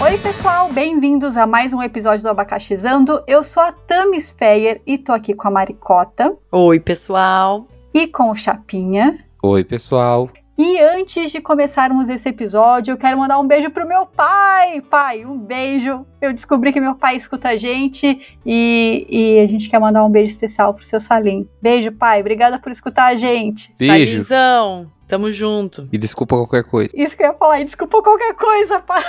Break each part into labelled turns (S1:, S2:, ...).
S1: Oi, pessoal, bem-vindos a mais um episódio do Abacaxizando. Eu sou a Tamis Feyer e tô aqui com a Maricota
S2: Oi, pessoal.
S1: e com o Chapinha.
S3: Oi, pessoal.
S1: E antes de começarmos esse episódio, eu quero mandar um beijo pro meu pai. Pai, um beijo. Eu descobri que meu pai escuta a gente e, e a gente quer mandar um beijo especial pro seu Salim. Beijo, pai. Obrigada por escutar a gente.
S3: Beijo.
S2: Salinzão, tamo junto.
S3: E desculpa qualquer coisa.
S1: Isso que eu ia falar. E desculpa qualquer coisa, pai.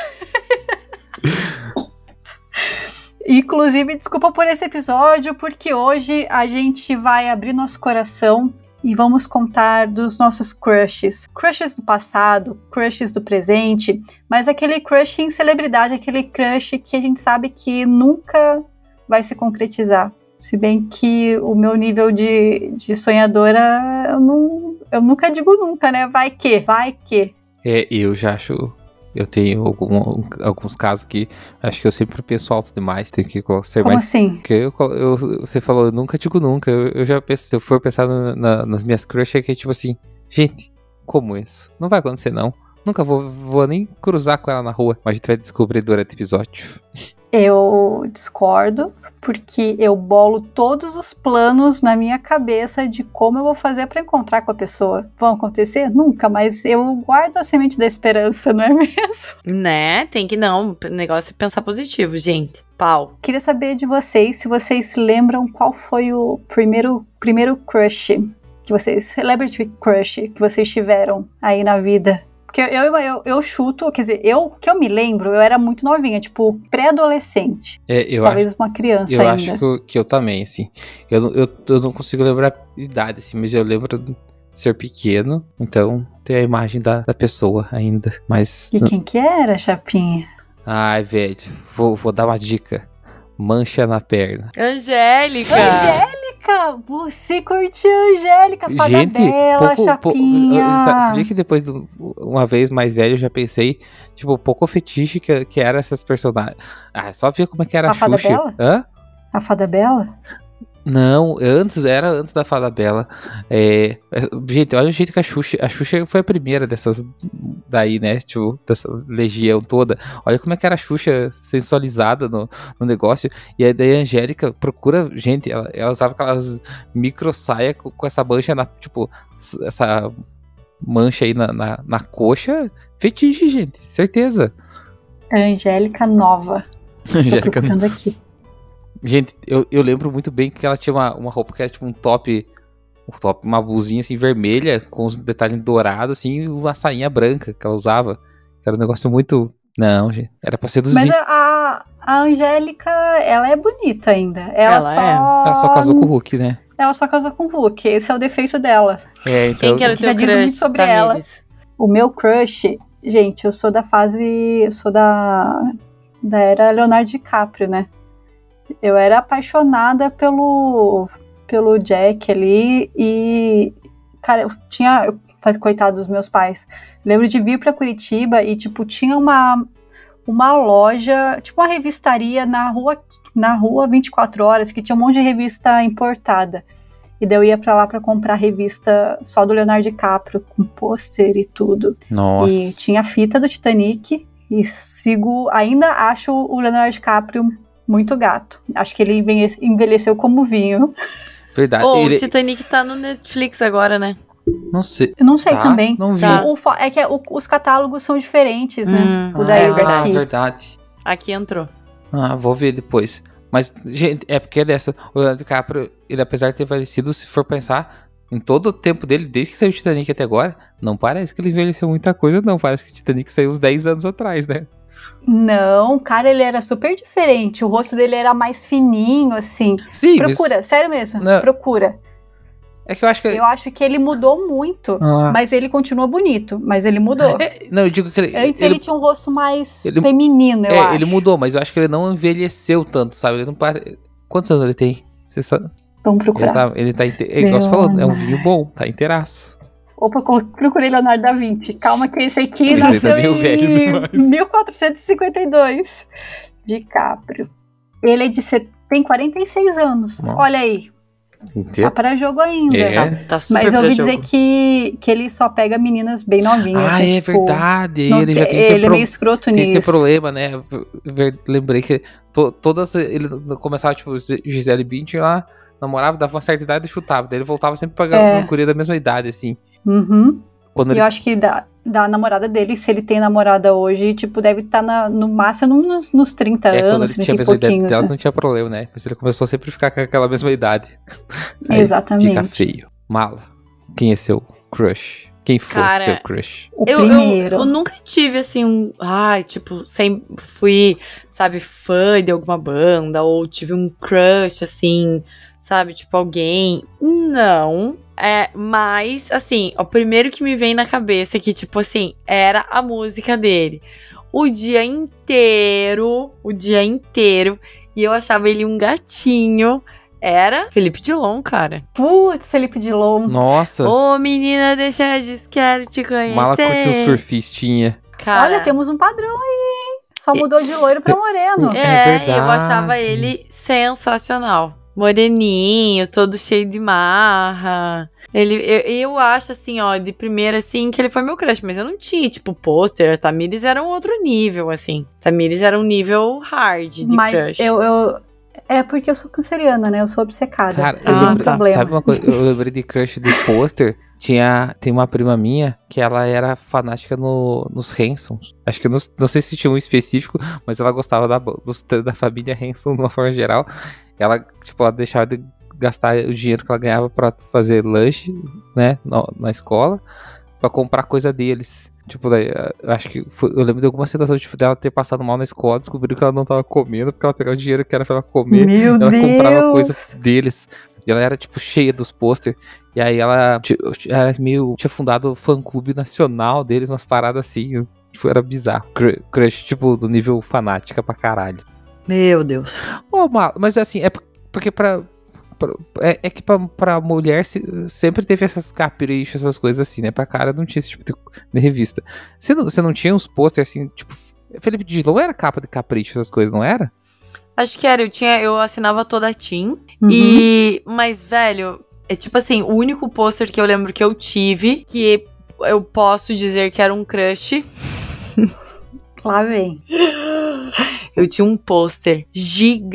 S1: Inclusive, desculpa por esse episódio, porque hoje a gente vai abrir nosso coração e vamos contar dos nossos crushes. Crushes do passado, crushes do presente, mas aquele crush em celebridade, aquele crush que a gente sabe que nunca vai se concretizar. Se bem que o meu nível de, de sonhadora, eu, não, eu nunca digo nunca, né? Vai que, vai que.
S3: É, eu já acho. Eu tenho algum- alguns casos que acho que eu sempre penso alto demais. Tem que ser
S1: Como
S3: mais.
S1: assim?
S3: Porque eu, eu- você falou, eu nunca digo nunca. Eu, eu já penso, se eu for pensar na- na- nas minhas crushes, é que é tipo assim, gente, como isso? Não vai acontecer, não. Nunca vou, vou nem cruzar com ela na rua. Mas a gente vai descobrir durante o episódio.
S1: Eu discordo, porque eu bolo todos os planos na minha cabeça de como eu vou fazer para encontrar com a pessoa. Vão acontecer? Nunca, mas eu guardo a semente da esperança, não é mesmo?
S2: Né? Tem que não. O negócio é pensar positivo, gente. Pau.
S1: Queria saber de vocês se vocês se lembram qual foi o primeiro, primeiro crush que vocês, celebrity crush que vocês tiveram aí na vida. Porque eu, eu, eu chuto, quer dizer, eu que eu me lembro, eu era muito novinha, tipo pré-adolescente.
S3: É, eu acho.
S1: Talvez uma criança
S3: Eu
S1: ainda.
S3: acho que eu, que eu também, assim. Eu, não- eu, eu não consigo lembrar a idade, assim, mas eu lembro de ser pequeno, então tem a imagem da, da pessoa ainda. Mas.
S1: E quem que era, Chapinha?
S3: Ai, velho, vou, vou dar uma dica. Mancha na perna.
S2: Angélica!
S1: Angélica! Você curtiu a Angélica, fada bela,
S3: eu- eu- sa-
S1: chapinha.
S3: uh, Sabia que depois de um- uma vez mais velho eu já pensei, tipo, pouco fetiche que, que era essas personagens. Ah, só ver como é que era
S1: A
S3: a
S1: Fada
S3: Xuxa.
S1: Bela?
S3: Hã?
S1: A fada bela?
S3: Não, antes, era antes da Fada Bela. É, é, gente, olha o jeito que a Xuxa. A Xuxa foi a primeira dessas daí, né? Tipo, dessa legião toda. Olha como é que era a Xuxa sensualizada no, no negócio. E aí daí a Angélica procura, gente, ela, ela usava aquelas micro saia com, com essa mancha na. Tipo, s- essa mancha aí na, na, na coxa. Fetiche, gente, certeza.
S1: A Angélica nova. Tô
S3: Angélica
S1: procurando aqui.
S3: Gente, eu, eu lembro muito bem que ela tinha uma, uma roupa que era tipo um top, um top, uma blusinha assim vermelha, com os detalhes dourados, assim, e uma sainha branca que ela usava. Era um negócio muito. Não, gente. Era pra seduzir.
S1: Mas a, a- a Angélica, ela é bonita ainda. Ela,
S2: Ela
S1: só...
S2: é.
S3: Ela só casou com o Hulk, né?
S1: Ela só casou com o Hulk. Esse é o defeito dela.
S3: É, então.
S2: Quem que era o
S1: Já
S2: teu
S1: diz muito
S2: crush?
S1: sobre ela. O meu crush... Gente, eu sou da fase... Eu sou da... Da era Leonardo DiCaprio, né? eu era apaixonada pelo pelo Jack ali e cara, eu tinha eu, faz- coitado dos meus pais. Lembro de vir pra Curitiba e tipo tinha uma uma loja, tipo uma revistaria na rua na rua 24 horas que tinha um monte de revista importada. E daí eu ia pra lá pra comprar revista só do Leonardo DiCaprio com pôster e tudo.
S3: Nossa.
S1: E tinha a fita do Titanic. E sigo, ainda acho o Leonardo DiCaprio muito gato. Acho que ele envelhe- envelheceu como vinho.
S3: Verdade.
S2: Ô,
S3: Ah, ele-
S2: o Titanic tá no Netflix agora, né?
S3: Não sei.
S1: Eu não sei
S3: Tá?
S1: também.
S3: Não vi.
S2: Tá.
S1: O fo- é que o- os catálogos são diferentes, né?
S2: Hum,
S1: O da
S2: é
S1: Hilbert
S3: ah,
S1: aqui.
S2: verdade.
S3: verdade.
S2: Aqui entrou.
S3: Ah, vou ver depois. Mas, gente, é porque é dessa. O Leonardo DiCaprio, ele apesar de ter falecido, se for pensar, em todo o tempo dele, desde que saiu o Titanic até agora, não parece que ele envelheceu muita coisa, não. Parece que o Titanic saiu uns 10 anos atrás, né?
S1: Não, cara, ele era super diferente. O rosto dele era mais fininho, assim.
S3: Sim, mas
S1: Procura, sério mesmo.
S3: Não.
S1: Procura.
S3: é que eu acho que.
S1: Eu acho que ele mudou muito.
S3: Ah.
S1: Mas ele continua bonito. Mas ele mudou.
S3: É, não, eu digo que ele.
S1: Antes ele,
S3: ele-
S1: tinha um rosto mais
S3: Ele-
S1: feminino, eu
S3: é,
S1: acho.
S3: ele mudou, mas eu acho que ele não envelheceu tanto, sabe? Ele não pare... Quantos anos ele tem? Você sabe?
S1: Vamos
S3: Ele
S1: procurar.
S3: tá, ele tá inte... é, igual você falou, é um
S1: Leonardo.
S3: vinho bom, tá inteiraço.
S1: Opa, co- procurei Leonardo da Vinci. Calma que esse aqui
S3: Esse
S1: nasceu
S3: também é
S1: em
S3: velho demais.
S1: 1452. DiCaprio. Ele é de set... tem 46 anos.
S3: Nossa.
S1: Olha aí. Tá
S3: Inteiro?
S1: pra jogo ainda.
S3: É.
S2: Tá, tá super
S1: Mas eu
S2: pra
S1: ouvi
S2: jogo.
S1: dizer que, que ele só pega meninas bem novinhas.
S3: Ah,
S1: né?
S3: é
S1: Tipo,
S3: verdade. Aí
S1: não
S3: ele já
S1: tem-
S3: tem esse
S1: ele é
S3: pro-
S1: meio escroto
S3: tem
S1: nisso.
S3: esse problema, né? Ver- Lembrei que to- todas. Ele começava, tipo, Z- Gisele Bündchen lá, namorava, dava uma certa idade e chutava. Daí ele voltava sempre pra
S1: É.
S3: é. da mesma idade, assim.
S1: Uhum.
S3: Quando
S1: E
S3: ele.
S1: eu acho que da, da namorada dele, se ele tem namorada hoje, tipo, deve estar no máximo nos, nos 30
S3: É, quando
S1: anos,
S3: ele
S1: 30
S3: tinha a
S1: e
S3: mesma idade
S1: pouquinhos.
S3: delas,
S1: né?
S3: não tinha problema, né? Mas ele começou a sempre ficar com aquela mesma idade. Aí Fica
S1: Exatamente.
S3: feio. Mala. Quem é seu crush? Quem foi
S2: Cara,
S3: seu crush?
S1: O
S2: Eu, eu,
S1: primeiro.
S2: eu nunca tive assim um. Ai, tipo, sempre fui, sabe, fã de alguma banda, ou tive um crush, assim, sabe, tipo, alguém. Não. É, mas, assim, o primeiro que me vem na cabeça é que, tipo assim, era a música dele. O dia inteiro, o dia inteiro, e eu achava ele um gatinho. Era Felipe Dilon, cara.
S1: Putz, Felipe Dilon.
S3: Nossa,
S2: Ô, menina, deixa de quero te conhecer.
S3: mala curte o surfistinha.
S2: Cara,
S1: Olha, temos um padrão aí, hein? Só mudou de loiro pra moreno.
S3: É
S2: É,
S3: verdade.
S2: eu achava ele sensacional. Moreninho, todo cheio de marra. Ele, eu, eu acho assim, ó, de primeira, assim, que ele foi meu crush, mas eu não tinha, tipo, pôster. Tamires era um outro nível, assim. Tamires era um nível hard de
S1: Mas
S2: crush.
S1: eu, eu. É porque eu sou canceriana, né? Eu sou obcecada.
S3: Cara,
S1: eu
S3: eu
S2: Ah,
S1: tenho um
S3: lembrei-
S2: tá.
S1: problema.
S3: sabe uma coisa? Eu lembrei de crush de pôster. Tinha, tem uma prima minha que ela era fanática no, nos Hansons. Acho que eu não, não sei se tinha um específico, mas ela gostava da, bo- dos- da família Hanson de uma forma geral. Ela, tipo, ela deixava de gastar o dinheiro que ela ganhava pra fazer lanche, né, na, na escola, pra comprar coisa deles. Tipo, daí, eu acho que foi- eu lembro de alguma situação, tipo, dela ter passado mal na escola, descobriu que ela não tava comendo, porque ela pegava o dinheiro que era pra ela comer
S1: Meu
S3: ela
S1: Deus!
S3: comprava coisa deles. E ela era, tipo, cheia dos pôster. E aí ela ti- era meio. Tinha fundado o fã clube nacional deles, umas paradas assim. eu- Tipo, era bizarro. Cru- Crush, tipo, do nível fanática pra caralho.
S2: Meu Deus.
S3: Ô, Mal, mas assim, é por- porque pra. pra- É, é que pra, pra mulher se- sempre teve essas caprichos, essas coisas assim, né? Pra cara não tinha esse tipo de, de revista. Você não, você não tinha uns pôster assim, tipo. Felipe Dilon era capa de capricho, essas coisas, não era?
S2: Acho que era, eu tinha, eu assinava toda a Tim.
S1: Uhum.
S2: E, mas, velho, é tipo assim, o único pôster que eu lembro que eu tive, que eu posso dizer que era um crush.
S1: Lá vem.
S2: Eu tinha um pôster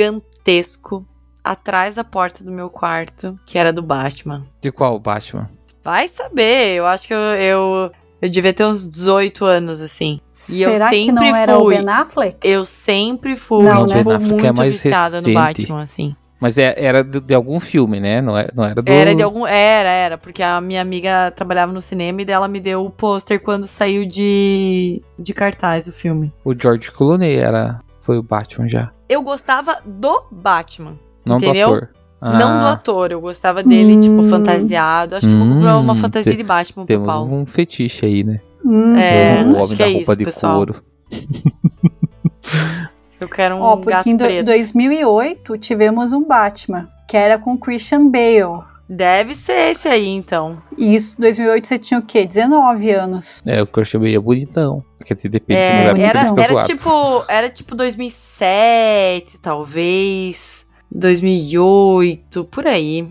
S2: gigantesco atrás da porta do meu quarto, que era do Batman.
S3: De qual Batman?
S2: Vai saber, eu acho que eu, eu, eu devia ter uns 18 anos, assim. E eu
S1: Será que não
S2: sempre
S1: era o
S2: fui.
S1: Ben Affleck?
S2: Eu sempre fui,
S1: Não,
S2: tipo,
S3: né? Porque
S2: muito
S3: é mais
S2: viciada no
S3: recente.
S2: Batman, assim.
S3: Mas é- era de, de algum filme, né? Não, é- não era do.
S2: Era de algum. Era, era, porque a minha amiga trabalhava no cinema e dela me deu o pôster quando saiu de, de cartaz o filme.
S3: O George Clooney era. Foi o Batman já.
S2: Eu gostava do Batman.
S3: Não
S2: Entendeu?
S3: do ator.
S2: Não do
S3: Ah,
S2: ator, eu gostava dele,
S1: Hum.
S2: tipo, fantasiado. Acho que eu vou comprar uma
S3: Hum,
S2: fantasia
S3: te-
S2: de Batman pro
S3: Temos
S2: pau.
S3: um fetiche aí, né?
S1: Hum.
S2: É,
S3: o
S2: acho
S3: homem
S2: que
S3: da
S2: é
S3: roupa
S2: isso,
S3: de
S2: pessoal.
S3: couro.
S2: Eu quero um
S1: Ó,
S2: gato
S1: porque em do-
S2: preto.
S1: 2008 tivemos um Batman, que era com Christian Bale.
S2: Deve ser esse aí, então.
S1: E isso, 2008 você tinha o quê? 19 anos.
S3: É, o Christian Bale é bonitão. Quer dizer, depende
S2: É,
S3: do lugar, porque
S2: era,
S3: ele fica
S2: era
S3: zoado.
S2: tipo, era tipo 2007, talvez. 2008, por aí.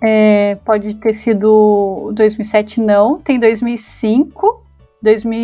S1: É, pode ter sido 2007, não. Tem 2005,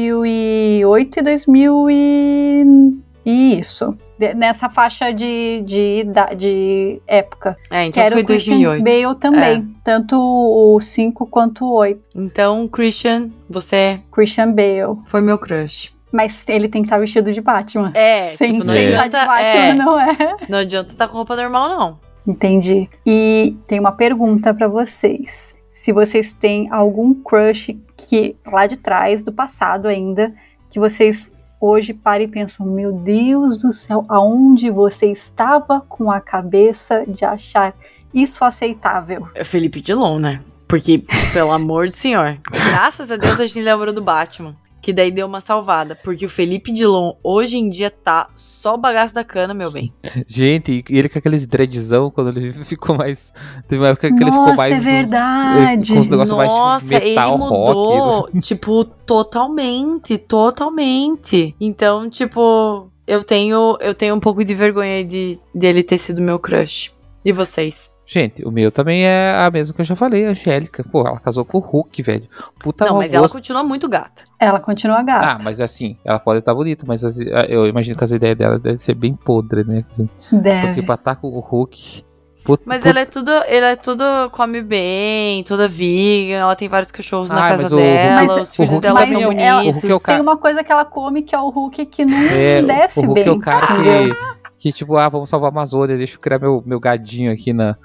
S1: 2008 e 2000 e... e isso. De- Nessa faixa de, de, ida- de época.
S2: É, então
S1: que era
S2: foi
S1: o Christian
S2: 2008.
S1: Bale também.
S2: É.
S1: Tanto o 5 quanto o 8.
S2: Então, Christian, você
S1: Christian Bale.
S2: foi meu crush.
S1: Mas ele tem que estar vestido de Batman.
S2: É,
S1: Sem
S2: tipo, não
S1: sem
S3: É.
S1: estar de
S2: adianta,
S1: Batman,
S2: é,
S1: não é.
S2: não adianta tá com roupa normal, não.
S1: Entendi. E tem uma pergunta pra vocês. Se vocês têm algum crush que lá de trás, do passado ainda, que vocês hoje param e pensam, meu Deus do céu, aonde você estava com a cabeça de achar isso aceitável?
S2: É Felipe Dilon, né? Porque, pelo amor do senhor, graças a Deus a gente lembrou do Batman. Que daí deu uma salvada. Porque o Felipe Dilon hoje em dia tá só o bagaço da cana, meu bem.
S3: Gente, e ele com aqueles dreadzão, quando ele ficou mais. Teve uma época que ele ficou
S1: Nossa,
S3: mais.
S1: é verdade.
S3: com os negócios mais tipo,
S2: Nossa,
S3: metal,
S2: ele mudou,
S3: rock.
S2: tipo, totalmente, totalmente. Então, tipo, eu tenho, eu tenho um pouco de vergonha de dele ter sido meu crush. E vocês?
S3: Gente, o meu também é a mesma que eu já falei, a Angélica. Pô, ela casou com o Hulk, velho.
S1: Tá
S3: Puta
S2: não,
S3: mau
S2: mas ela
S3: gosto.
S2: continua muito gata.
S1: Ela continua
S3: Ah,
S1: gata.
S3: mas assim, ela pode estar bonita, mas as- eu imagino que as ideias dela devem ser bem podre, né? Porque
S1: Deve.
S3: pra estar com o Hulk. Puta,
S2: Mas ela é tudo, ela é tudo come bem, toda vegan, ela tem vários cachorros na
S3: Ai,
S2: casa
S3: mas o
S2: dela,
S1: Hulk-
S2: os
S3: o
S2: filhos
S3: Hulk
S2: dela
S1: também
S2: são
S1: é o- é o-
S2: bonitos.
S3: o Hulk é o cara-
S1: Tem uma coisa que ela come que é o Hulk que não
S3: É,
S1: desce
S3: o Hulk
S1: bem.
S3: é o cara
S1: entendeu?
S3: que, que, tipo, ah, vamos salvar a Amazônia, deixa eu criar meu, meu gadinho aqui na,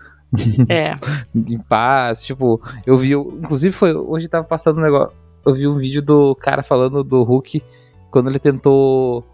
S2: É.
S3: em paz. Tipo, eu vi. o- Inclusive, foi. Hoje tava passando um negócio. Eu vi um vídeo do cara falando do Hulk quando ele tentou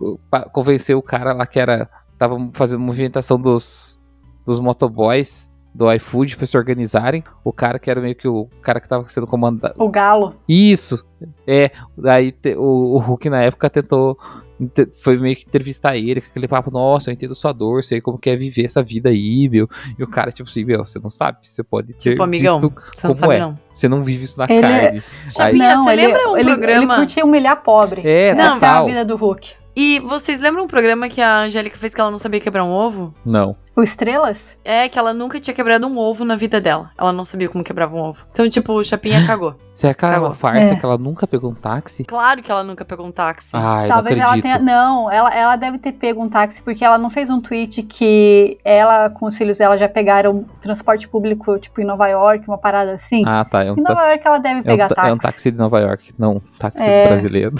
S3: uh, pa- convencer o cara lá que era. Tava fazendo movimentação dos, dos motoboys do iFood pra se organizarem. O cara que era meio que o cara que tava sendo comandado.
S1: O galo.
S3: Isso! É, daí te- o, o Hulk na época tentou. inte- Foi meio que entrevistar ele, com aquele papo, nossa, eu entendo sua dor, sei como que é viver essa vida aí, meu. E o cara, tipo assim, meu, você não sabe, você pode ter
S2: Tipo, amigão,
S3: visto,
S2: você não
S3: como
S2: sabe
S3: é?
S2: não.
S3: você não vive isso na
S1: Ele é-
S3: carne. Aí,
S2: Chapinha, você lembra um
S1: ele,
S2: programa-
S1: Ele curte humilhar pobre.
S3: é,
S1: Essa
S3: não,
S2: Não.
S1: é a
S3: tal.
S1: vida do Hulk.
S2: E vocês lembram um programa que a Angélica fez que ela não sabia quebrar um ovo?
S3: Não.
S1: O Estrelas?
S2: É que ela nunca tinha quebrado um ovo na vida dela. Ela não sabia como quebrava um ovo. Então, tipo, o Chapinha cagou.
S3: Será que ela é uma
S2: Cagou.
S3: farsa,
S1: É.
S3: que ela nunca pegou um táxi?
S2: Claro que ela nunca pegou um táxi.
S3: Ai,
S1: Talvez
S3: não
S1: ela
S3: acredito.
S1: tenha. Não, ela, ela deve ter pego um táxi, porque ela não fez um tweet que ela com os filhos dela já pegaram transporte público, tipo, em Nova York, uma parada assim.
S3: Ah, tá, é um,
S1: em
S3: tá-
S1: Nova York ela deve
S3: é um
S1: pegar
S3: tá-
S1: táxi.
S3: é um táxi de Nova York, não um táxi
S1: É.
S3: brasileiro.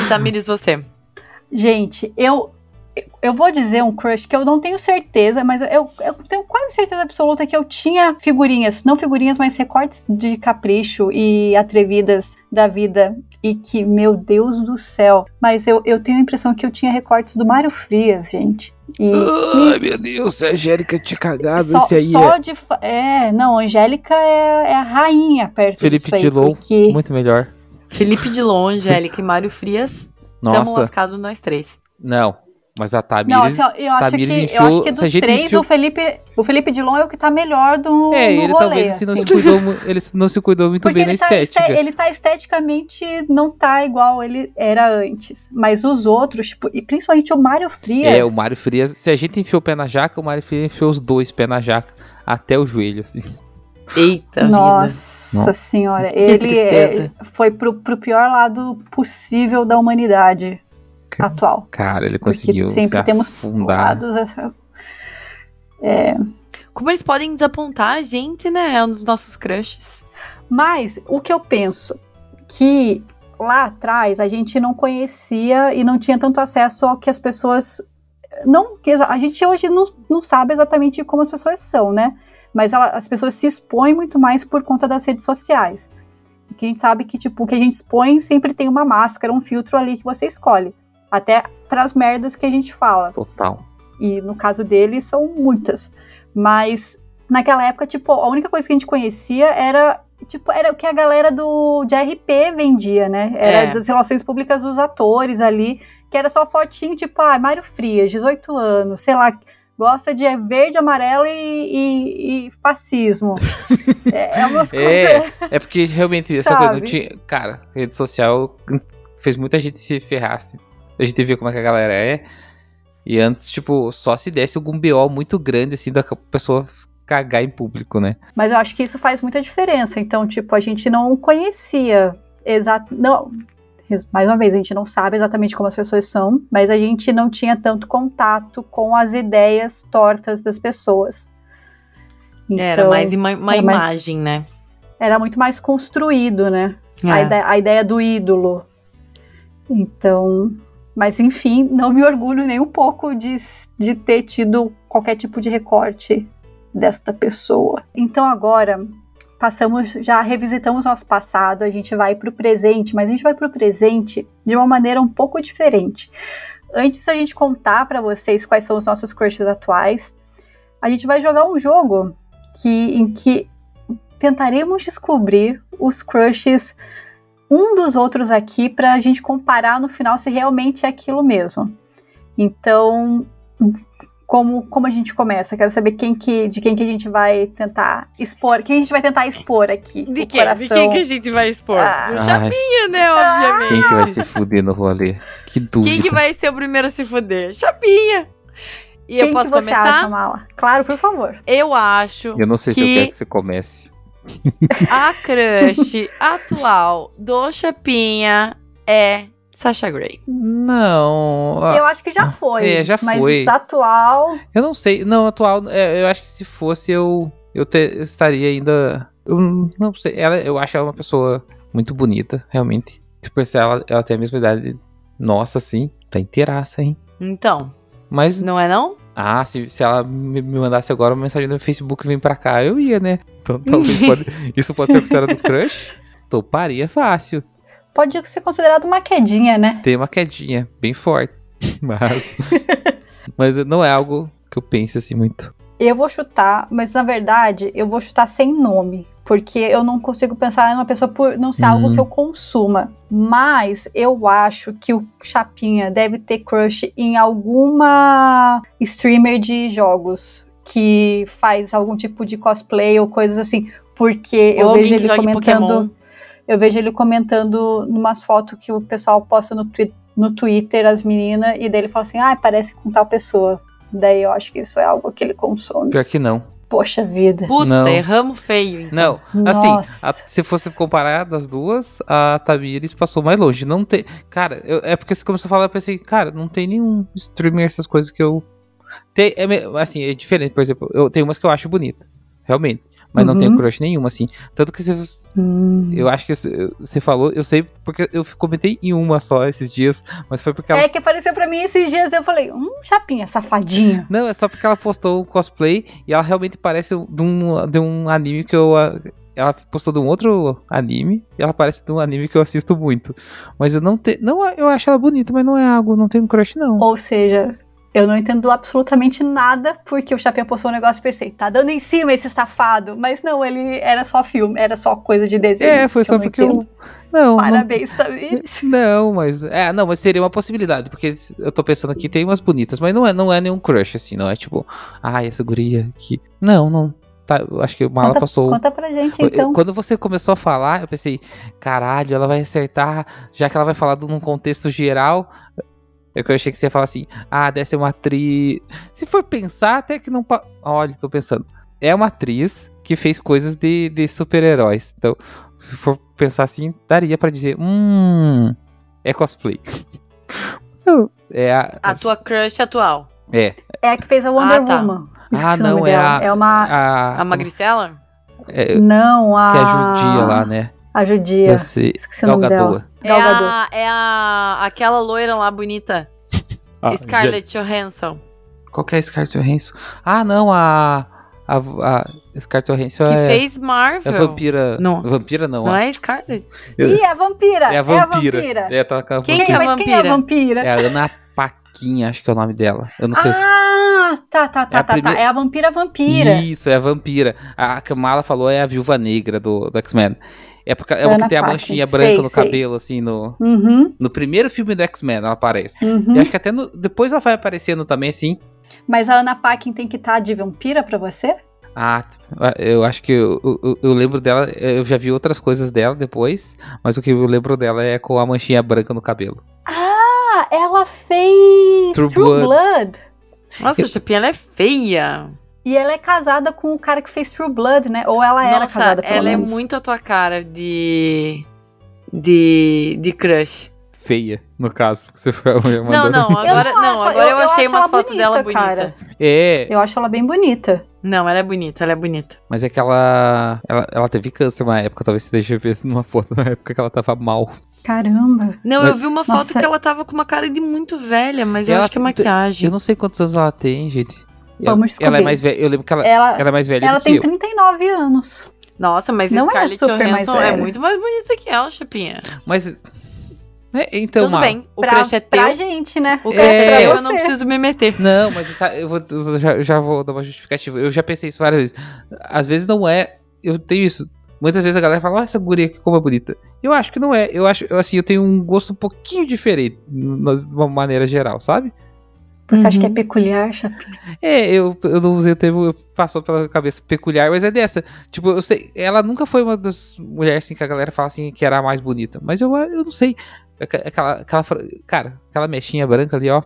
S2: E Tamires, Tá, você.
S1: Gente, eu. Eu vou dizer um crush que eu não tenho certeza, mas eu, eu tenho quase certeza absoluta que eu tinha figurinhas, não figurinhas, mas recortes de capricho e atrevidas da vida. E que, meu Deus do céu. Mas eu, eu tenho a impressão que eu tinha recortes do Mário Frias, gente. E
S3: Ai, meu Deus, é a Angélica tinha cagado,
S1: só, só de. fa- É, não, Angélica é, é a rainha perto
S3: Felipe
S1: disso aí,
S3: Dilon,
S1: porque-
S3: Muito melhor.
S2: Felipe Dilon, Angélica e Mário Frias. Tamo
S3: Nossa,
S2: lascado nós três.
S3: não. Mas a
S1: Não,
S3: Tamires...
S1: assim, ó, eu, acho que,
S3: Tamires
S1: eu acho
S3: enfiou-
S1: que
S3: se a
S1: dos
S3: gente
S1: três,
S3: enfiou-
S1: o Felipe o Felipe Dilon é o que tá melhor do
S3: É,
S1: no
S3: ele
S1: rolê,
S3: talvez assim, não
S1: assim.
S3: se cuidou, mu- ele não se cuidou muito
S1: Porque
S3: bem na
S1: ele tá,
S3: estética.
S1: este- ele tá esteticamente, não tá igual ele era antes. Mas os outros, tipo, e principalmente o Mário Frias.
S3: É, o Mário Frias. Se a gente enfiou o pé na jaca, o Mário Frias enfiou os dois pés na jaca até o joelho, assim. tá
S2: Eita, vida.
S1: Nossa
S3: Não.
S1: senhora,
S2: Que
S1: ele é-
S2: tristeza.
S1: foi pro, pro pior lado possível da humanidade
S3: Que-
S1: atual.
S3: Cara, ele
S1: Porque
S3: conseguiu.
S1: sempre um
S3: se
S1: temos
S3: afundar.
S1: Lados, é-
S2: Como eles podem desapontar a gente, né? É um dos nossos crushes.
S1: Mas o que eu penso que lá atrás a gente não conhecia e não tinha tanto acesso ao que as pessoas não que a gente hoje não, não sabe exatamente como as pessoas são, né? Mas ela- as pessoas se expõem muito mais por conta das redes sociais. Que a gente sabe que tipo o que a gente expõe sempre tem uma máscara, um filtro ali que você escolhe, até para as merdas que a gente fala
S3: Total.
S1: e no caso dele são muitas. Mas naquela época, tipo, a única coisa que a gente conhecia era, tipo, era o que a galera do de RP vendia, né? Era
S2: É.
S1: das relações públicas dos atores ali, que era só fotinho, tipo, ah, Mário Frias, 18 anos, sei lá, gosta de verde, amarelo e, e- e fascismo. é, é umas coisas.
S3: É. É porque realmente essa coisa não
S1: Sabe?
S3: tinha. Cara, rede social fez muita gente se ferrasse. A gente vê como é que a galera é. E antes, tipo, só se desse algum BO muito grande, assim, da pessoa cagar em público, né?
S1: Mas eu acho que isso faz muita diferença. Então, tipo, a gente não conhecia exato. Não. res- Mais uma vez, a gente não sabe exatamente como as pessoas são, mas a gente não tinha tanto contato com as ideias tortas das pessoas.
S2: É, Era
S1: Então,
S2: mais uma, uma
S1: era mais-
S2: imagem, né?
S1: Então, era muito mais construído, né? A,
S2: É.
S1: ide- a ideia do ídolo. Então. Mas, enfim, não me orgulho nem um pouco de, s- de ter tido qualquer tipo de recorte desta pessoa. Então, agora, passamos, já revisitamos nosso passado, a gente vai para o presente, mas a gente vai para o presente de uma maneira um pouco diferente. Antes da gente contar para vocês quais são os nossos crushes atuais, a gente vai jogar um jogo que, em que tentaremos descobrir os crushes um dos outros aqui para a gente comparar no final se realmente é aquilo mesmo. Então, como, como a gente começa? Quero saber quem que, de quem que a gente vai tentar expor, quem a gente vai tentar expor aqui.
S2: De
S1: o
S2: quem? De quem
S1: coração.
S2: que a gente vai expor?
S1: Ah.
S2: Do
S3: Ai,
S2: Chapinha, né? Obviamente.
S3: quem que vai se fuder no rolê? Que dúvida.
S2: Quem que vai ser o primeiro a se fuder? Chapinha! E
S1: Quem
S2: eu posso
S1: que você
S2: começar?
S1: acha, Mala? Claro, por favor.
S2: Eu acho
S3: Eu não sei se
S2: Que-
S3: eu quero que você comece.
S2: a crush atual do Chapinha é Sasha Grey.
S3: Não. ó,
S1: eu acho que já foi.
S3: Ah. é, já
S1: mas
S3: foi.
S1: atual.
S3: Eu não sei. Não, atual. é, eu acho que se fosse eu. Eu, te- eu estaria ainda. Eu não sei. Ela, eu acho ela uma pessoa muito bonita, realmente. Tipo, se ela, ela tem a mesma idade nossa, assim. Tá inteiraça, hein?
S2: Então,
S3: Mas.
S2: não é não?
S3: Ah, se, se ela me, me mandasse agora uma mensagem no Facebook vem pra cá, eu ia, né? Então talvez pode, isso pode ser considerado crush. Toparia fácil.
S1: Pode ser considerado uma quedinha, né?
S3: Tem uma quedinha bem forte. Mas. mas não é algo que eu pense assim muito.
S1: Eu vou chutar, mas na verdade eu vou chutar sem nome. Porque eu não consigo pensar em uma pessoa por não ser algo
S3: Hum.
S1: que
S2: Uhum.
S1: eu consuma. Mas eu acho que o Chapinha deve ter crush em alguma streamer de jogos que faz algum tipo de cosplay ou coisas assim. Porque eu
S2: Ou
S1: vejo
S2: alguém que
S1: ele
S2: jogue
S1: comentando.
S2: Pokémon.
S1: Eu vejo ele comentando numas fotos que o pessoal posta no, twi- no Twitter, as meninas, e daí ele fala assim, ah, parece com tal pessoa. Daí eu acho que isso é algo que ele consome.
S3: Pior que não.
S1: Poxa vida.
S2: Puta,
S3: Não.
S2: erramos feio. então.
S3: Não, assim,
S1: Nossa.
S3: a- se fosse comparar das duas, a Tamires passou mais longe. Não tem. Cara, eu- é porque você começou a falar, eu pensei, cara, não tem nenhum streamer, essas coisas que eu. Tem, é me- assim, é diferente, por exemplo, eu tenho umas que eu acho bonita, realmente. Mas não
S1: Uhum.
S3: tenho crush nenhuma, assim. Tanto que você
S1: Hum.
S3: Eu acho que esse- você falou, eu sei, porque eu comentei em uma só esses dias, mas foi porque ela.
S1: É que apareceu pra mim esses dias, eu falei, hum, chapinha, safadinha.
S3: Não, é só porque ela postou o cosplay e ela realmente parece um- de um, de um anime que eu. ah, Ela postou de um outro anime e ela parece de um anime que eu assisto muito. Mas eu não tenho. Não, eu acho ela bonita, mas não é algo, não tenho crush, não.
S1: Ou seja, eu não entendo absolutamente nada porque o Chapinha postou um negócio e pensei, tá dando em cima esse safado. Mas não, ele era só filme, era só coisa de desenho.
S3: É, foi
S1: que
S3: só
S1: não
S3: porque eu.
S1: entendo.
S3: Não, não
S1: Parabéns, Tamires.
S3: Não, mas. É, não, mas seria uma possibilidade, porque eu tô pensando aqui, tem umas bonitas, mas não é, não é nenhum crush, assim, não é tipo, ai, essa guria aqui. Não, não. Tá, eu acho que o Mala
S1: Conta,
S3: passou.
S1: conta pra gente,
S3: Eu-
S1: então.
S3: Quando você começou a falar, eu pensei, caralho, ela vai acertar, já que ela vai falar de um contexto geral. É que eu achei que você ia falar assim, ah, deve ser uma atriz. Se for pensar, até que não. pa- Olha, tô pensando. É uma atriz que fez coisas de, de super-heróis. Então, se for pensar assim, daria pra dizer, hum. É cosplay. Então, é a.
S2: A tua crush atual.
S3: É.
S1: É a que fez a Wonder
S2: Ah, tá.
S1: Woman.
S3: Ah,
S1: Esqueci o
S3: não,
S1: nome
S3: é
S1: dela.
S3: a.
S1: É uma.
S3: A,
S2: A Magricela?
S3: é,
S1: Não, a.
S3: que é judia lá, né?
S1: A judia.
S3: Eu sei.
S1: Esqueci o nome dela.
S3: Galgadoa.
S2: É
S1: Galgador.
S2: a, é a. aquela loira lá bonita.
S3: Ah,
S2: Ah, Scarlett Johansson.
S3: Qual que é a Scarlett Johansson? Ah, não, a. A, a Scarlett Johansson
S2: Que
S3: é,
S2: fez
S3: é
S2: Marvel.
S3: vampira.
S2: Não.
S3: Vampira não.
S2: Não
S3: a-
S2: é Scarlett?
S1: Ih, a vampira!
S3: é a vampira. É, tá com a
S2: Quem
S1: Quem,
S2: que é
S3: vampira.
S2: a
S1: mas quem é a
S2: vampira?
S1: vampira?
S3: É a Ana Paquinha, acho que é o nome dela. Eu não sei se.
S1: Ah, tá, tá, tá,
S3: É a
S1: tá,
S3: primeira-
S1: tá. É a vampira vampira.
S3: Isso, é a vampira. A que a Mala falou é a viúva negra do, do X-Men. É, porque, é
S1: Ana
S3: uma que tem a
S1: Paquin,
S3: manchinha
S1: sei,
S3: branca no
S1: sei.
S3: cabelo, assim, no,
S1: Uhum,
S3: no primeiro filme do X-Men ela aparece.
S1: uhum.
S3: E acho que até no- depois ela vai aparecendo também, assim.
S1: Mas a Ana Paquin tem que estar de vampira pra você?
S3: Ah, eu acho que eu, eu- eu lembro dela, eh, eu já vi outras coisas dela depois, mas o que eu lembro dela é com a manchinha branca no cabelo.
S1: Ah, ela fez
S3: True
S1: True,
S3: Blood.
S1: Blood.
S2: Nossa,
S3: Eu-
S2: a Chapinha ela é feia.
S1: E ela é casada com o cara que fez True Blood, né? Ou ela era
S2: Nossa,
S1: casada, pelo
S2: ela é
S1: menos.
S2: muito a tua cara de. de. de crush.
S3: Feia, no caso, porque você foi a
S2: Não,
S3: mulher mandando.
S2: não, agora
S1: Eu não
S2: não,
S1: acho,
S2: agora eu,
S1: eu- eu
S2: achei
S1: acho
S2: umas
S1: ela
S2: fotos dela
S1: bonita, cara.
S2: bonita.
S3: É,
S1: Eu acho ela bem bonita.
S2: Não, ela é bonita, ela é bonita.
S3: mas é que ela, ela, ela teve câncer uma época, talvez você deixe ver numa foto na época que ela tava mal.
S1: Caramba.
S2: Não,
S3: Mas-
S2: eu vi uma foto
S1: Nossa.
S2: que ela tava com uma cara de muito velha, mas eu
S3: Ela
S2: acho que é
S3: tem-
S2: maquiagem.
S3: Eu não sei quantos anos ela tem, gente.
S1: Vamos
S3: ela, ela é
S1: descobrir.
S3: mais velha, eu lembro que ela,
S1: Ela,
S3: ela é mais velha
S1: ela
S3: do que
S1: tem
S3: eu.
S1: 39 anos.
S2: Nossa, mas
S1: Não é
S2: Scarlett
S1: super mais
S2: Johansson é
S1: velha.
S2: muito mais bonita que ela, Chapinha.
S3: Mas, né, então,
S2: Tudo
S3: Mala,
S2: bem, o crush é teu.
S1: pra gente, né?
S2: O crush
S3: É,
S2: é,
S3: pra
S2: teu, eu não
S1: você.
S2: preciso me meter.
S3: Não, mas essa- eu, vou, eu já, eu já vou dar uma justificativa. Eu já pensei isso várias vezes. Às vezes não é. Eu tenho isso. Muitas vezes a galera fala, ó, essa guria aqui como é bonita. Eu acho que não é. Eu acho, eu, assim, eu tenho um gosto um pouquinho diferente, na- de uma maneira geral, sabe?
S1: Você acha que
S2: Uhum.
S1: é peculiar, Chapinha?
S3: É, eu, eu não usei o termo, eu- passou pela cabeça peculiar, mas é dessa. Tipo, eu sei, ela nunca foi uma das mulheres assim, que a galera fala assim que era a mais bonita. Mas eu, eu não sei. Aquela, aquela, fra- cara, aquela mechinha branca ali, ó.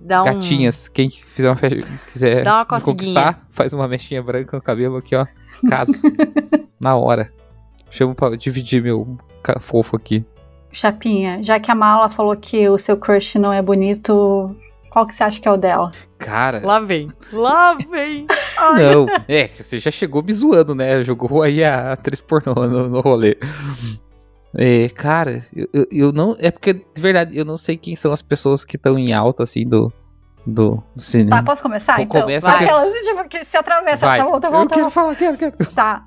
S2: dá um.
S3: Gatinhas, quem fizer uma fe... quiser
S2: Dá uma
S3: me
S2: coceguinha.
S3: conquistar, faz uma mechinha branca no cabelo aqui, ó. Caso. Na hora. Chamo pra dividir meu ca- fofo aqui.
S1: Chapinha, já que a Mala falou que o seu crush não é bonito, qual que você acha que é o dela?
S3: Cara,
S2: Lá vem. Lá vem.
S3: não. É, que você já chegou me zoando, né? Jogou aí a atriz pornô no, no rolê. É, cara, eu, eu- eu não. É porque, de verdade, eu não sei quem são as pessoas que estão em alta, assim, do, do, do
S1: Tá,
S3: cinema.
S1: posso começar
S3: Co-
S1: então?
S3: começa
S1: Vai.
S2: que-
S1: Aquelas, tipo, que se atravessa,
S3: Vai.
S1: tá bom, tá bom,
S3: eu
S1: tá bom.
S3: quero falar, quero, quero.
S1: Tá.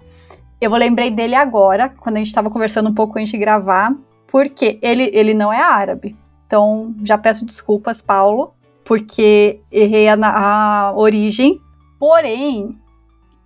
S1: Eu vou lembrei dele agora, quando a gente tava conversando um pouco antes de gravar, porque ele, ele não é árabe. Então, já peço desculpas, Paulo, porque errei a, na- a origem. Porém,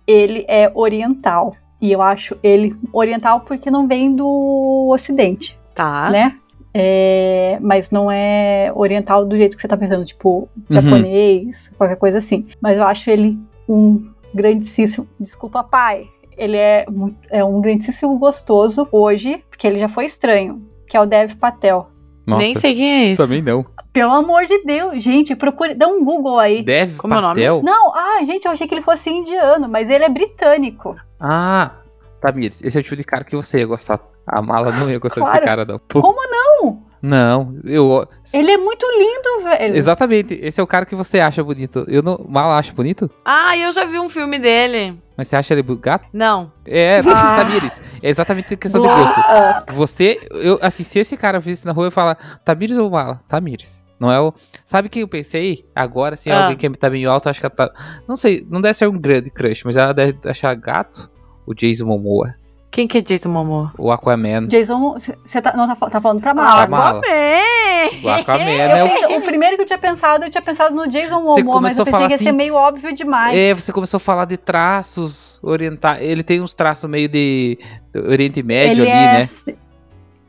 S1: ele é oriental. E eu acho ele oriental porque não vem do ocidente,
S2: Tá.
S3: Ah.
S1: né? É, mas não é oriental do jeito que você tá pensando, tipo,
S3: Uhum.
S1: japonês, qualquer coisa assim. Mas eu acho ele um grandíssimo. Desculpa, pai. Ele é, mu- é um grandíssimo gostoso hoje, porque ele já foi estranho, que é o Dev Patel.
S3: Nossa,
S2: Nem sei quem é esse.
S3: também não.
S1: Pelo amor de Deus, gente, procure. Dá um Google aí.
S3: Dev
S2: Como é o nome?
S3: Patel?
S1: Não, ah, gente, eu achei que ele fosse indiano, mas ele é britânico.
S3: Ah, Tamires, esse é o tipo de cara que você ia gostar. A mala não ia gostar
S1: Claro.
S3: desse cara, não. Pô,
S1: Como não?
S3: Não, eu.
S1: Ele é muito lindo, velho.
S3: Exatamente, esse é o cara que você acha bonito. Eu não. Mala acha bonito?
S2: Ah, eu já vi um filme dele.
S3: Mas você acha ele bu- gato?
S2: Não.
S3: É,
S1: Ah.
S3: Tamires. É exatamente questão de
S1: Lá-
S3: gosto.
S1: Ah,
S3: Você, eu, assim, se esse cara visse na rua, eu ia falar, Tamires ou Mala? Tamires. Não é o. Sabe quem eu pensei? Agora, assim,
S2: Ah.
S3: alguém que tá meio alto, acho que ela tá. Não sei, não deve ser um grande crush, mas ela deve achar gato o Jason Momoa,
S2: Quem que é Jason Momoa?
S3: o Aquaman.
S1: Jason, você tá, não tá, fal- tá falando pra
S3: Ah,
S1: mal.
S3: mas- mala.
S2: bem!
S3: O Aquaman é
S1: Eu
S3: o
S1: pensei- o primeiro que eu tinha pensado, eu tinha pensado no Jason
S3: Você
S1: Momoa, mas
S3: começou
S1: eu
S3: a
S1: pensei
S3: falar
S1: que ia ser
S3: assim-
S1: meio óbvio demais.
S3: É, você começou a falar de traços orientais. Ele tem uns traços meio de do Oriente Médio
S1: ele
S3: ali,
S1: é...
S3: né?
S2: assim.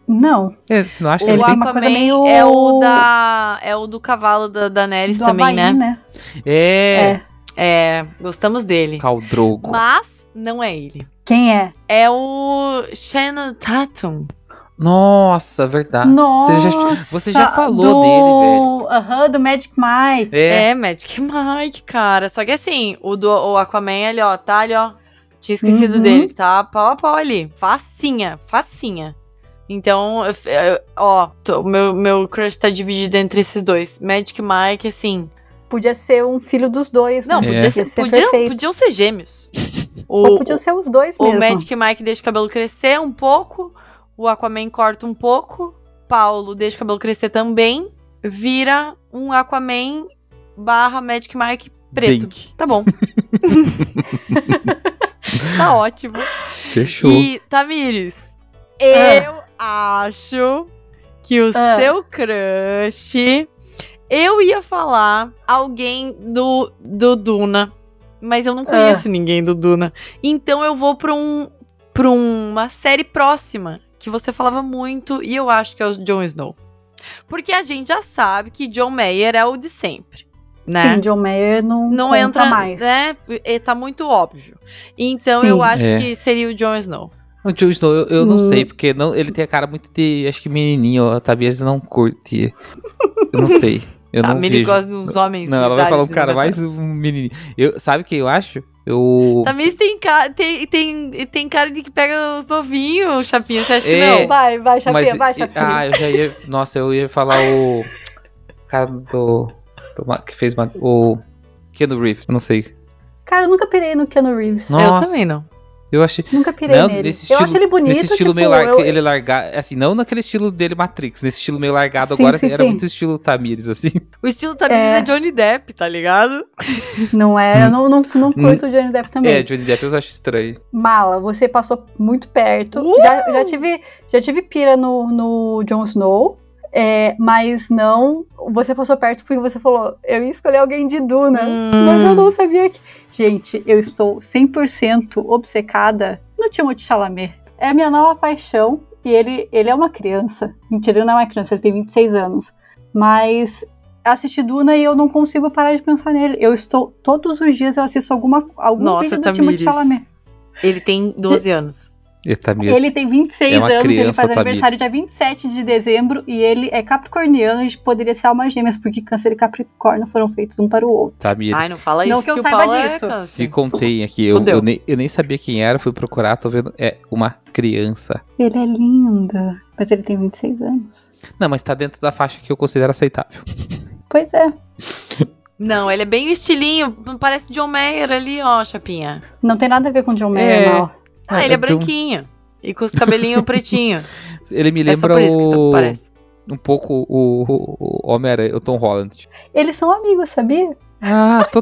S1: Não,
S3: É, você não acha que
S1: Ele
S2: O
S3: ele
S1: tem uma coisa
S2: Aquaman
S1: meio-
S2: é o da. É o do cavalo da Daenerys
S1: do
S2: também,
S1: Havaí,
S2: né?
S1: né?
S3: tem? É,
S2: É, gostamos dele.
S3: Caldrogo.
S2: Mas não é ele.
S1: Quem é?
S2: É o Shannon Tatum.
S3: Nossa, verdade.
S1: Nossa,
S3: Ah, Você já, você já falou dele, velho.
S1: dele, velho. Aham, do Magic Mike.
S3: É,
S2: É. Magic Mike, cara. Só que assim, o do o Aquaman ali, ó, tá ali, ó. Tinha esquecido
S1: Uhum.
S2: dele, tá pau a pau ali. Facinha, facinha. Então, eu f- eu- ó, tô- o meu, meu crush tá dividido entre esses dois. Magic Mike, assim.
S1: Podia ser um filho dos dois,
S2: Não,
S1: né?
S2: podia
S3: É.
S2: ser,
S1: Ia ser
S2: podia,
S1: perfeito.
S2: podiam ser gêmeos.
S1: Ou
S2: O,
S1: podiam ser os dois
S2: o
S1: mesmo.
S2: Magic Mike deixa o cabelo crescer um pouco. O Aquaman corta um pouco. Paulo deixa o cabelo crescer também. Vira um Aquaman barra Magic Mike preto.
S3: Dink.
S2: Tá bom. tá ótimo.
S3: Fechou.
S2: E, Tamires, eu acho que o
S1: Ah.
S2: seu crush. Eu ia falar alguém do, do Duna, mas
S1: Ah.
S2: eu não conheço ninguém do Duna. Então eu vou pra, um, pra uma série próxima que você falava muito e eu acho que é o Jon Snow. Porque a gente já sabe que John Mayer é o de sempre, né?
S1: Sim, John Mayer não,
S2: não
S1: conta
S2: entra
S1: mais.
S2: né? E tá muito óbvio. Então
S1: Sim.
S2: eu acho
S3: É.
S2: que seria o Jon Snow.
S3: O Jon Snow, eu, eu não
S1: Hum.
S3: sei, porque não, ele tem a cara muito de. Acho que menininho, ó. Talvez não curte. Eu não sei. Eu
S2: a
S3: não
S2: Miris
S3: vejo.
S2: gosta de uns homens. né,
S3: Não, ela vai
S2: grisalhos
S3: falar um cara mais
S2: levantados.
S3: um menininho. Eu, sabe quem eu acho? Eu.
S2: Tamiris tem, ca- tem, tem, tem cara de que pega os novinhos, Chapinha. Você acha que
S3: É.
S2: não?
S1: Vai, vai, Chapinha,
S3: Mas,
S1: vai,
S3: e-
S1: Chapinha.
S3: ah, eu já ia. Nossa, eu ia falar o. Cara do. do ma- que fez. ma- O. Keanu Reeves, eu não sei.
S1: Cara, eu nunca pirei no Keanu Reeves.
S3: Não.
S2: Eu
S3: Nossa.
S2: também não.
S3: Eu achei.
S1: Nunca pirei
S3: Não,
S1: nele.
S3: nesse
S1: eu
S3: estilo-
S1: acho ele bonito,
S3: nesse estilo
S1: tipo,
S3: meio largado.
S1: eu-
S3: Ele largado. Assim, não naquele estilo dele Matrix. Nesse estilo meio largado
S1: Sim,
S3: agora
S1: sim,
S3: era
S1: sim.
S3: muito estilo Tamires, assim.
S2: O estilo Tamiris é.
S1: É.
S2: Johnny Depp, tá ligado?
S1: Não é, eu não, não, não curto o Johnny Depp também.
S3: É, Johnny Depp eu acho estranho.
S1: Mala, você passou muito perto.
S2: Uh!
S1: Já, já tive, já tive pira no, no Jon Snow, é, mas não. Você passou perto porque você falou, eu ia escolher alguém de Duna,
S2: Hum.
S1: mas eu não sabia que. Gente, eu estou 100% obcecada no Timothée Chalamet. É a minha nova paixão e ele, ele é uma criança. Mentira, ele não é uma criança, ele tem 26 anos. Mas assisti Duna e eu não consigo parar de pensar nele. Eu estou. Todos os dias eu assisto alguma, algum
S2: Nossa,
S1: vídeo do Timothée
S2: Tamires.
S1: Chalamet.
S2: Ele tem 12 anos.
S3: Ele tá mesmo.
S1: Ele tem 26
S3: É uma
S1: anos, ele
S3: criança,
S1: faz
S3: Tamires.
S1: aniversário dia 27 de dezembro e ele é capricorniano e poderia ser almas gêmeas, porque câncer e capricórnio foram feitos um para o outro.
S3: Tamires.
S2: Ai, não fala isso.
S1: Não que eu
S2: o
S1: saiba
S2: Paulo é
S1: disso.
S2: câncer.
S3: Se contém aqui. Eu,
S2: Fudeu.
S3: eu nem, eu nem sabia quem era, fui procurar, tô vendo. É uma criança.
S1: Ele é lindo, mas ele tem 26 anos.
S3: Não, mas tá dentro da faixa que eu considero aceitável.
S1: Pois é,
S2: Não, ele é bem o estilinho. Parece John Mayer ali, ó, chapinha.
S1: não tem nada a ver com John Mayer,
S3: É.
S1: não.
S2: Ah,
S3: É,
S2: ele é
S3: é de um-
S2: branquinho. E com os cabelinhos pretinho.
S3: Ele me
S2: é só
S3: lembra
S2: por isso que tu
S3: o-
S2: parece.
S3: um pouco o, o- o Homem-Aranha, o Tom Holland.
S1: Eles são amigos, sabia?
S3: Ah, tô,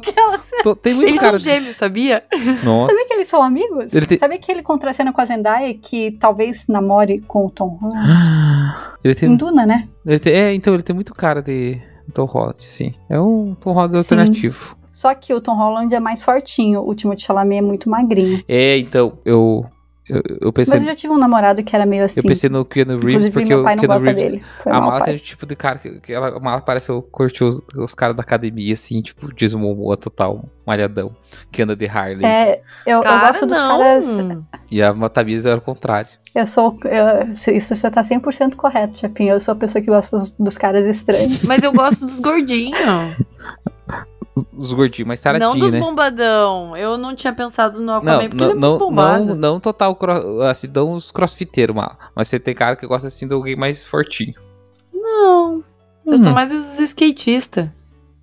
S3: tô- tem muito
S2: Eles
S3: um
S2: são
S3: cara.
S2: gêmeos, sabia?
S3: de- Nossa.
S1: Sabia que eles são amigos?
S3: Ele tem-
S1: Sabia que ele contracena com a Zendaya, que talvez namore com o Tom Holland?
S3: Ah. Ele tem, um-
S1: Em Duna, né?
S3: ele tem- É, então ele tem muito cara de Tom Holland, sim. É um Tom Holland
S1: Sim.
S3: alternativo.
S1: Só que o Tom Holland é mais fortinho, o Timothée Chalamet é muito magrinho.
S3: É, então, eu. Eu, eu pensei.
S1: Mas eu já tive um namorado que era meio assim.
S3: Eu pensei no Keanu Reeves
S1: Inclusive,
S3: porque
S1: meu
S3: o
S1: pai não
S3: Keanu
S1: gosta
S3: Reeves.
S1: dele. Foi
S3: A
S1: mal,
S3: mala
S1: pai.
S3: tem o tipo de cara que, que ela, a mala parece que eu curti os, os caras da academia, assim, tipo, desmumua total, malhadão, que anda de Harley.
S1: É, eu, eu
S2: Cara,
S1: gosto dos
S2: não.
S1: caras.
S3: E a Tamires era o contrário.
S1: Eu sou. eu- isso você tá 100% correto, Chapinha. Eu sou a pessoa que gosta dos, dos caras estranhos.
S2: Mas eu gosto dos gordinhos.
S3: Os, os gordinhos, mas taradinho,
S2: não dos
S3: né?
S2: bombadão. Eu não tinha pensado no Aquaman,
S3: Não,
S2: porque ele é
S3: não,
S2: muito
S3: não,
S2: bombado.
S3: não, não total, cro- assim, não os crossfiteiros, mala. Mas você tem cara que gosta, assim, de alguém mais fortinho.
S2: Não. Eu sou
S3: Hum.
S2: mais os skatistas.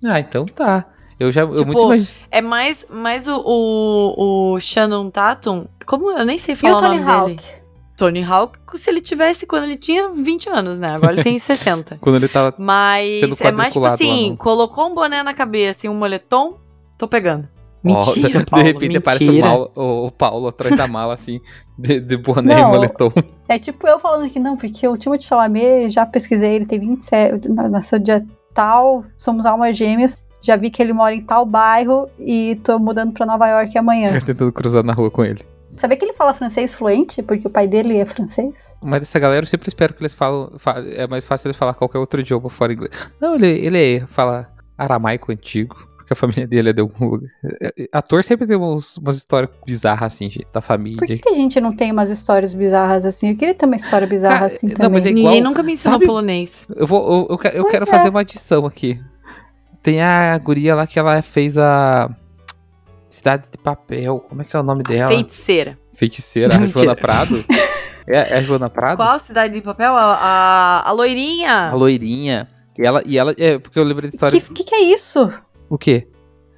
S3: Ah, então tá. Eu já, eu
S2: Tipo,
S3: muito imagino.
S2: É mais, mais o, o, o Shannon Tatum. Como eu nem sei
S1: E
S2: falar
S1: o Tony
S2: nome dele.
S1: Hawk?
S2: Tony Hawk, se ele tivesse quando ele tinha 20 anos, né? Agora ele tem 60.
S3: Quando ele tava... Sendo
S2: Mas é mais tipo
S3: quadriculado lá
S2: assim,
S3: no-
S2: colocou um boné na cabeça e um moletom, tô pegando.
S3: Ó,
S2: Mentira,
S3: de
S2: Paulo,
S3: repente
S2: mentira.
S3: aparece um o, Paulo, o- o Paulo atrás da mala, assim, de, de boné e
S1: Não.
S3: moletom.
S1: É tipo eu falando que não, porque o Timothée Chalamet, já pesquisei, ele tem 27, na- nasceu dia tal, somos almas gêmeas, já vi que ele mora em tal bairro e tô mudando pra Nova York amanhã.
S3: Tentando cruzar na rua com ele.
S1: Sabia que ele fala francês fluente? Porque o pai dele é francês?
S3: Mas dessa galera eu sempre espero que eles falam. fa- é mais fácil eles falar qualquer outro idioma fora inglês. Não, ele, ele é, fala aramaico antigo, porque a família dele é de algum lugar. É, é, Ator sempre tem uns- umas histórias bizarras, assim, gente, da família.
S1: Por que, que a gente não tem umas histórias bizarras assim? Eu queria ter uma história bizarra
S3: Cara,
S1: assim
S3: não,
S1: também.
S3: mas é igual-
S2: Ninguém nunca me ensinou
S3: Sabe-
S2: polonês.
S3: Eu, vou, eu, eu, que- eu
S1: Pois
S3: quero
S1: é.
S3: fazer uma adição aqui. Tem a guria lá que ela fez a. Cidade de Papel. Como é que é o nome
S2: A
S3: dela?
S2: feiticeira.
S3: Feiticeira, a
S2: Mentira.
S3: Joana Prado. É, é a Joana Prado?
S2: Qual cidade de papel? A, a, a
S3: A
S2: loirinha.
S3: loirinha. E ela, e ela. É, porque eu lembrei da história.
S1: que, que que é isso?
S3: O quê?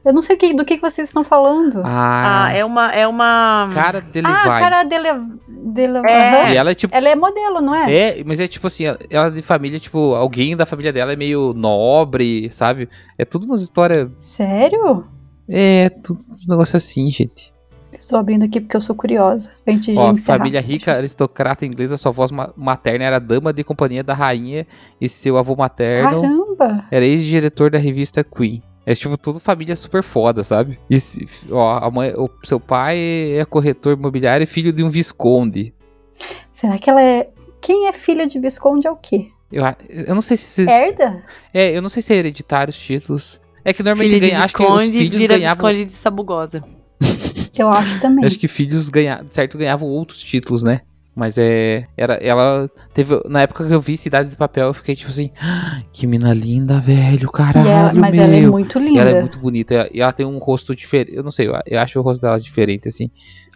S1: Eu não sei que- do que, que vocês estão falando.
S3: Ah,
S2: Ah, é uma. É uma.
S3: cara dele
S1: ah, a
S3: vai.
S1: cara dele. dele
S2: É.
S1: aham.
S3: E ela é tipo.
S1: Ela é modelo, não é?
S3: É, mas é tipo assim, ela- ela é de família, tipo, alguém da família dela é meio nobre, sabe? É tudo umas histórias.
S1: Sério?
S3: É, tudo um negócio assim, gente.
S1: Estou abrindo aqui porque eu sou curiosa. Antes de
S3: Ó,
S1: encerrar.
S3: família rica, aristocrata inglesa, sua voz ma- materna era dama de companhia da rainha e seu avô materno
S1: Caramba!
S3: era ex-diretor da revista Queen. É tipo, tudo família super foda, sabe? E se- ó, a mãe, o seu pai é corretor imobiliário e filho de um visconde.
S1: Será que ela é. Quem é filha de Visconde é o quê?
S3: Eu, a- eu não sei se esses-
S1: Herda?
S3: É, eu não sei se é hereditário os títulos. É que normalmente
S2: Filha de
S3: ganha, acho que os
S2: Visconde
S3: filhos
S2: vira
S3: ganhavam.
S2: Visconde de Sabugosa.
S1: Eu acho também.
S3: Acho que filhos ganha, certo ganhavam outros títulos, né? Mas é, era, ela teve na época que eu vi Cidades de Papel, eu fiquei tipo assim, "Ah, que mina linda, velho, caralho,
S1: E ela- mas
S3: meu.
S1: ela é muito
S3: E
S1: linda.
S3: ela é muito bonita, e ela- e ela tem um rosto diferente. Eu não sei, eu, eu acho o rosto dela diferente assim.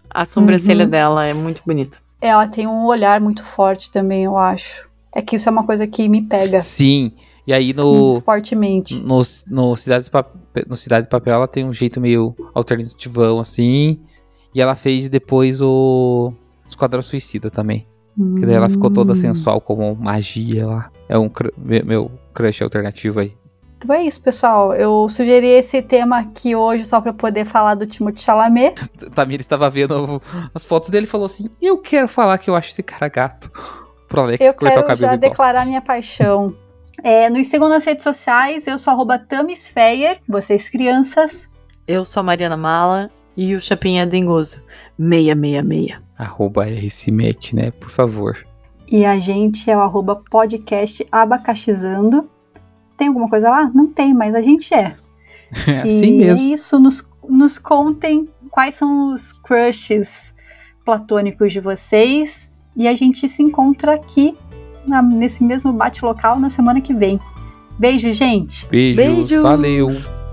S2: A sobrancelha
S1: Uhum.
S2: dela é muito bonita.
S1: Ela tem um olhar muito forte também, eu acho. É que isso é uma coisa que me pega
S3: Sim. E aí no
S1: fortemente.
S3: no, no Cidade de Papel, no Cidade de Papel ela tem um jeito meio alternativão assim. E ela fez depois o Esquadrão Suicida também. Que daí ela ficou toda
S1: Hum.
S3: sensual como magia lá. É um cru- me- meu crush alternativo aí.
S1: Então é isso, pessoal. Eu sugeri esse tema aqui hoje só pra poder falar do Timothée Chalamet.
S3: T- Tamir estava vendo o- as fotos dele e falou assim: Eu quero falar que eu acho esse cara gato. Pro Alex
S1: Eu
S3: cortar o
S1: quero
S3: cabelo
S1: já
S3: igual.
S1: declarar minha paixão. É, nos sigam nas redes sociais, eu sou arroba Tamisfeyer, vocês crianças.
S2: Eu sou a Mariana Mala e o Chapinha é Dengoso. 666.
S3: Arroba RCMet, né? Por favor.
S1: E a gente é o arroba podcast abacaxizando. Tem alguma coisa lá? Não tem, mas a gente é.
S3: É assim
S1: e
S3: mesmo.
S1: é isso, nos, nos contem quais são os crushes platônicos de vocês e a gente se encontra aqui na- nesse mesmo bate local na semana que vem. Beijo, gente.
S3: Beijo.
S2: Beijos.
S3: Valeu.